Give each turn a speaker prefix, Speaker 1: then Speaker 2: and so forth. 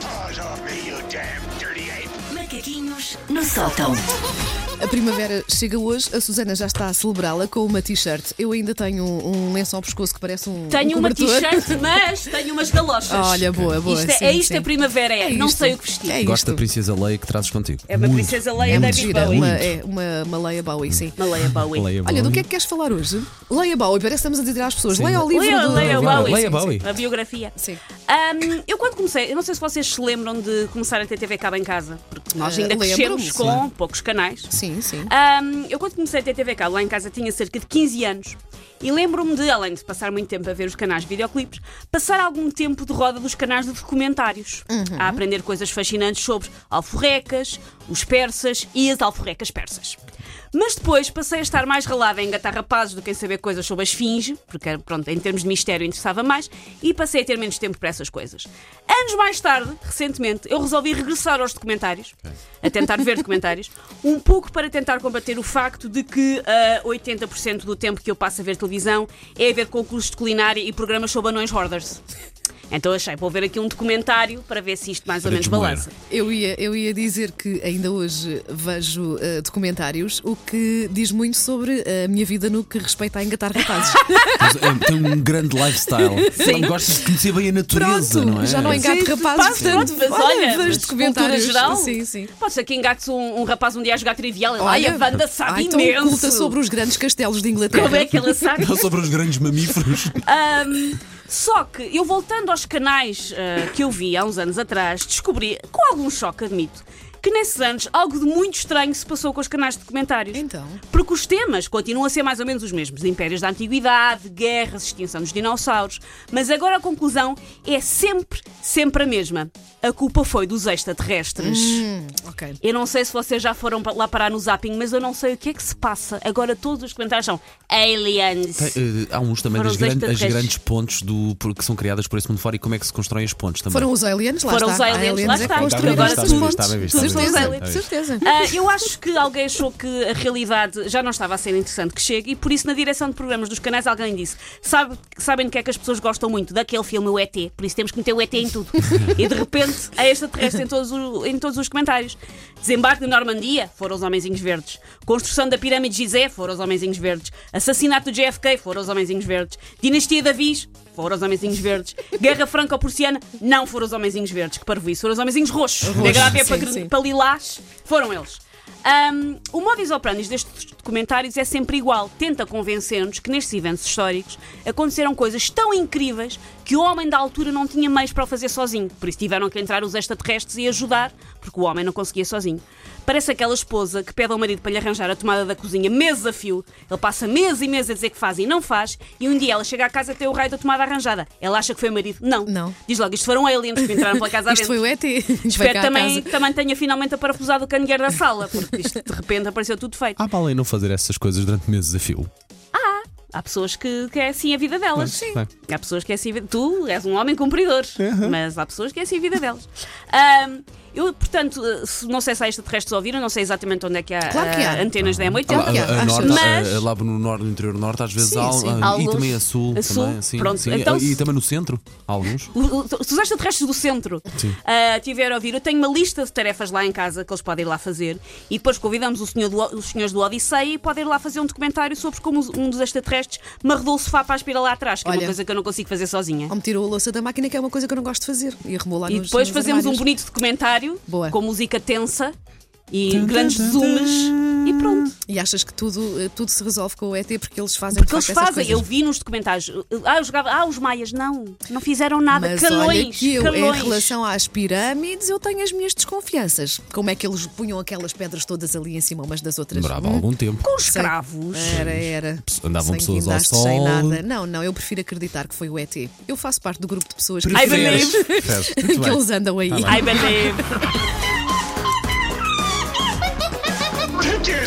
Speaker 1: paws off me, you damn dirty ape!
Speaker 2: Macaquinhos no sótão.
Speaker 3: A primavera chega hoje, a Susana já está a celebrá-la com uma t-shirt. Eu ainda tenho um, um lenço ao pescoço que parece um.
Speaker 4: Tenho
Speaker 3: um
Speaker 4: uma
Speaker 3: cobertor.
Speaker 4: t-shirt, mas tenho umas galochas.
Speaker 3: Olha, boa, boa.
Speaker 4: Isto é,
Speaker 3: sim,
Speaker 4: é isto
Speaker 3: sim.
Speaker 4: a primavera, é.
Speaker 3: É
Speaker 4: Não
Speaker 3: isto.
Speaker 4: sei o que vestir.
Speaker 3: É
Speaker 5: Gosto da
Speaker 3: isto.
Speaker 5: Princesa Leia que trazes contigo.
Speaker 4: É uma
Speaker 5: Muito.
Speaker 4: princesa Leia
Speaker 3: É muito
Speaker 4: David
Speaker 3: gira,
Speaker 4: Bowie.
Speaker 3: uma, é uma, uma Leia Bowie, sim.
Speaker 4: Maleia Bowie.
Speaker 5: Leia
Speaker 3: Olha, do
Speaker 5: Bowie.
Speaker 3: que é que queres falar hoje? Leia Bowie, parece que estamos a dizer às pessoas.
Speaker 5: Sim.
Speaker 3: Leia o livro
Speaker 4: Leia,
Speaker 3: do...
Speaker 4: Leia
Speaker 5: do-
Speaker 4: Bowie.
Speaker 5: Leia
Speaker 4: sim,
Speaker 5: Bowie.
Speaker 4: sim, A biografia.
Speaker 3: Sim.
Speaker 4: Ahm, eu quando comecei, eu não sei se vocês se lembram de começar a ter TV Cabo em casa, porque nós
Speaker 3: Ah,
Speaker 4: ainda
Speaker 3: lembro-me,
Speaker 4: crescemos
Speaker 3: sim.
Speaker 4: com poucos canais.
Speaker 3: Sim, sim.
Speaker 4: Ahm, eu quando comecei a ter TV Cabo lá em casa tinha cerca de 15 anos e lembro-me de, além de passar muito tempo a ver os canais de videoclipes, passar algum tempo de roda dos canais de documentários, a aprender coisas fascinantes sobre alforrecas, os persas e as alforrecas persas. Mas depois passei a estar mais ralada em engatar rapazes do que em saber coisas sobre a esfinge, porque, pronto, em termos de mistério interessava mais, e passei a ter menos tempo para essas coisas. Anos mais tarde, recentemente, eu resolvi regressar aos documentários, a tentar ver documentários, um pouco para tentar combater o facto de que ah, 80% do tempo que eu passo a ver televisão é a ver concursos de culinária e programas sobre anões hoarders. Então achei, vou ver aqui um documentário para ver se isto mais ou
Speaker 5: Para
Speaker 4: menos
Speaker 5: desmoer.
Speaker 4: balança.
Speaker 3: Eu ia, eu ia dizer que ainda hoje vejo eh, documentários, o que diz muito sobre eh, a minha vida no que respeita a engatar rapazes.
Speaker 5: Mas, é, Tem um grande lifestyle. Não Gostas de conhecer bem a natureza,
Speaker 3: Pronto,
Speaker 5: não é?
Speaker 3: já não
Speaker 5: é
Speaker 3: engato
Speaker 4: Sim,
Speaker 3: rapazes.
Speaker 4: passa,
Speaker 3: portanto,
Speaker 4: mas olha,
Speaker 3: vejo
Speaker 4: mas
Speaker 3: documentários.
Speaker 4: cultura geral.
Speaker 3: Sim, sim.
Speaker 4: Pode ser que engates um, um rapaz um dia a jogar trivial e Ai, a Wanda sabe
Speaker 3: ai, tão
Speaker 4: imenso.
Speaker 3: culta sobre os grandes castelos de Inglaterra.
Speaker 4: Como é que ela sabe?
Speaker 5: sobre os grandes mamíferos.
Speaker 4: Ahm, só que eu voltando aos canais ah, que eu vi há uns anos atrás, descobri, com algum choque, admito, que nesses anos algo de muito estranho se passou com os canais de documentários.
Speaker 3: Então?
Speaker 4: Porque os temas continuam a ser mais ou menos os mesmos: impérios da antiguidade, guerras, extinção dos dinossauros. Mas agora a conclusão é sempre, sempre a mesma. A culpa foi dos extraterrestres.
Speaker 3: Hum, ok.
Speaker 4: Eu não sei se vocês já foram pa- lá parar no zapping, mas eu não sei o que é que se passa. Agora todos os comentários são aliens.
Speaker 5: eh, há uns também
Speaker 4: Foram
Speaker 5: das
Speaker 4: os
Speaker 5: grandes, as
Speaker 4: extraterrestres.
Speaker 5: grandes pontes do, por- que são criadas por esse mundo fora e como é que se constroem as pontes também.
Speaker 3: Foram os aliens, lá
Speaker 4: Foram
Speaker 3: está.
Speaker 4: os aliens, lá
Speaker 3: é
Speaker 4: está.
Speaker 3: que construíram
Speaker 4: Agora
Speaker 3: estas
Speaker 4: está bem
Speaker 5: visto, está
Speaker 3: pontes.
Speaker 5: bem visto,
Speaker 3: De
Speaker 4: está bem
Speaker 3: certeza,
Speaker 4: visto.
Speaker 3: de certeza.
Speaker 4: Ah, eu acho que alguém achou que a realidade já não estava a ser interessante que chegue e por isso na direção de programas dos canais alguém disse Sabe, sabem do que é que as pessoas gostam muito? Daquele filme O ET, por isso temos que meter o ET em tudo. e de repente a extraterrestre em todos, o- em todos os comentários. Desembarque na Normandia, foram os homenzinhos verdes. Construção da pirâmide de Gizé, foram os homenzinhos verdes. Assassinato do JFK, foram os homenzinhos verdes. Dinastia da Viz, foram os homenzinhos verdes. Guerra franco-prussiana, não foram os homenzinhos verdes, que parvoíce, foram os homenzinhos roxos. Da Grábia
Speaker 3: sim,
Speaker 4: é para, gr-
Speaker 3: sim.
Speaker 4: para lilás, foram eles. Ahm, o modus operandi destes documentários é sempre igual. Tenta convencer-nos que nestes eventos históricos aconteceram coisas tão incríveis que o homem da altura não tinha meios para o fazer sozinho. Por isso tiveram que entrar os extraterrestres e ajudar, porque o homem não conseguia sozinho. Parece aquela esposa que pede ao marido para lhe arranjar a tomada da cozinha meses a fio. Ele passa meses e meses a dizer que faz e não faz. E um dia ela chega à casa e tem o raio da tomada arranjada. Ela acha que foi o marido. Não.
Speaker 3: Não.
Speaker 4: Diz logo, isto foram aliens que entraram pela casa
Speaker 3: Isto foi
Speaker 4: adentro.
Speaker 3: o ET. Vai
Speaker 4: Espero
Speaker 3: cá à
Speaker 4: também,
Speaker 3: casa.
Speaker 4: que também tenha finalmente aparafusado o candeeiro da sala, porque isto de repente apareceu tudo feito.
Speaker 3: Ah.
Speaker 5: Há mal em não fazer essas coisas durante meses a fio.
Speaker 4: Há pessoas que, que é assim a vida delas.
Speaker 5: Sim. Bem.
Speaker 4: Há pessoas que é assim a vida. Tu és um homem cumpridor, mas há pessoas que é assim a vida delas. Ahm, eu, portanto, eh, se- não sei se há extraterrestres a ouvir, eu não sei exatamente onde é que há,
Speaker 3: Claro que
Speaker 4: eh,
Speaker 3: há.
Speaker 4: antenas da M80.
Speaker 3: Claro que há.
Speaker 5: a, a
Speaker 3: achas?
Speaker 5: norte,
Speaker 4: Mas-
Speaker 5: a- a lá no, norte, no interior norte, às vezes
Speaker 3: Sim,
Speaker 5: há
Speaker 3: sim.
Speaker 5: há- e
Speaker 4: Alguns.
Speaker 5: também a sul.
Speaker 4: A sul,
Speaker 5: também, sim,
Speaker 4: pronto.
Speaker 5: sim.
Speaker 4: Então
Speaker 5: e,
Speaker 4: se-
Speaker 5: e também no centro, há alguns.
Speaker 4: O- o- Os extraterrestres do centro ah, tiveram a ouvir. Eu tenho uma lista de tarefas lá em casa que eles podem ir lá fazer. E depois convidamos o senhor do O- os senhores do Odisseia e podem ir lá fazer um documentário sobre como os- um dos extraterrestres me arredou o sofá para aspirar lá atrás, que é
Speaker 3: Olha. Oh,
Speaker 4: uma coisa que eu não consigo fazer sozinha.
Speaker 3: Ou me tirou a louça da máquina, que é uma coisa que eu não gosto de fazer. E arrumou lá
Speaker 4: E
Speaker 3: nos-
Speaker 4: depois
Speaker 3: nos
Speaker 4: fazemos um
Speaker 3: armários.
Speaker 4: bonito documentário
Speaker 3: Boa.
Speaker 4: com música tensa e grandes zooms e pronto.
Speaker 3: E achas que tudo, eh, tudo se resolve com o ET porque eles fazem
Speaker 4: Porque
Speaker 3: de
Speaker 4: eles
Speaker 3: facto, essas
Speaker 4: fazem, eu
Speaker 3: coisas.
Speaker 4: vi nos documentários. Ah, eu jogava, ah, os maias, não, não fizeram nada.
Speaker 3: Mas
Speaker 4: calões,
Speaker 3: olha que eu,
Speaker 4: calões.
Speaker 3: em relação às pirâmides, eu tenho as minhas desconfianças. Como é que eles punham aquelas pedras todas ali em cima umas das outras?
Speaker 5: Demorava
Speaker 3: Hum,
Speaker 5: algum tempo.
Speaker 4: Com os escravos.
Speaker 3: Era, era.
Speaker 5: Andavam
Speaker 3: sem
Speaker 5: pessoas ao
Speaker 3: guindastes, Sem
Speaker 5: sol.
Speaker 3: nada. Não, não, eu prefiro acreditar que foi o ET. Eu faço parte do grupo de pessoas que,
Speaker 4: I believe.
Speaker 5: Preferes. Muito
Speaker 3: que
Speaker 5: bem.
Speaker 3: eles andam aí.
Speaker 4: I believe.
Speaker 1: Take your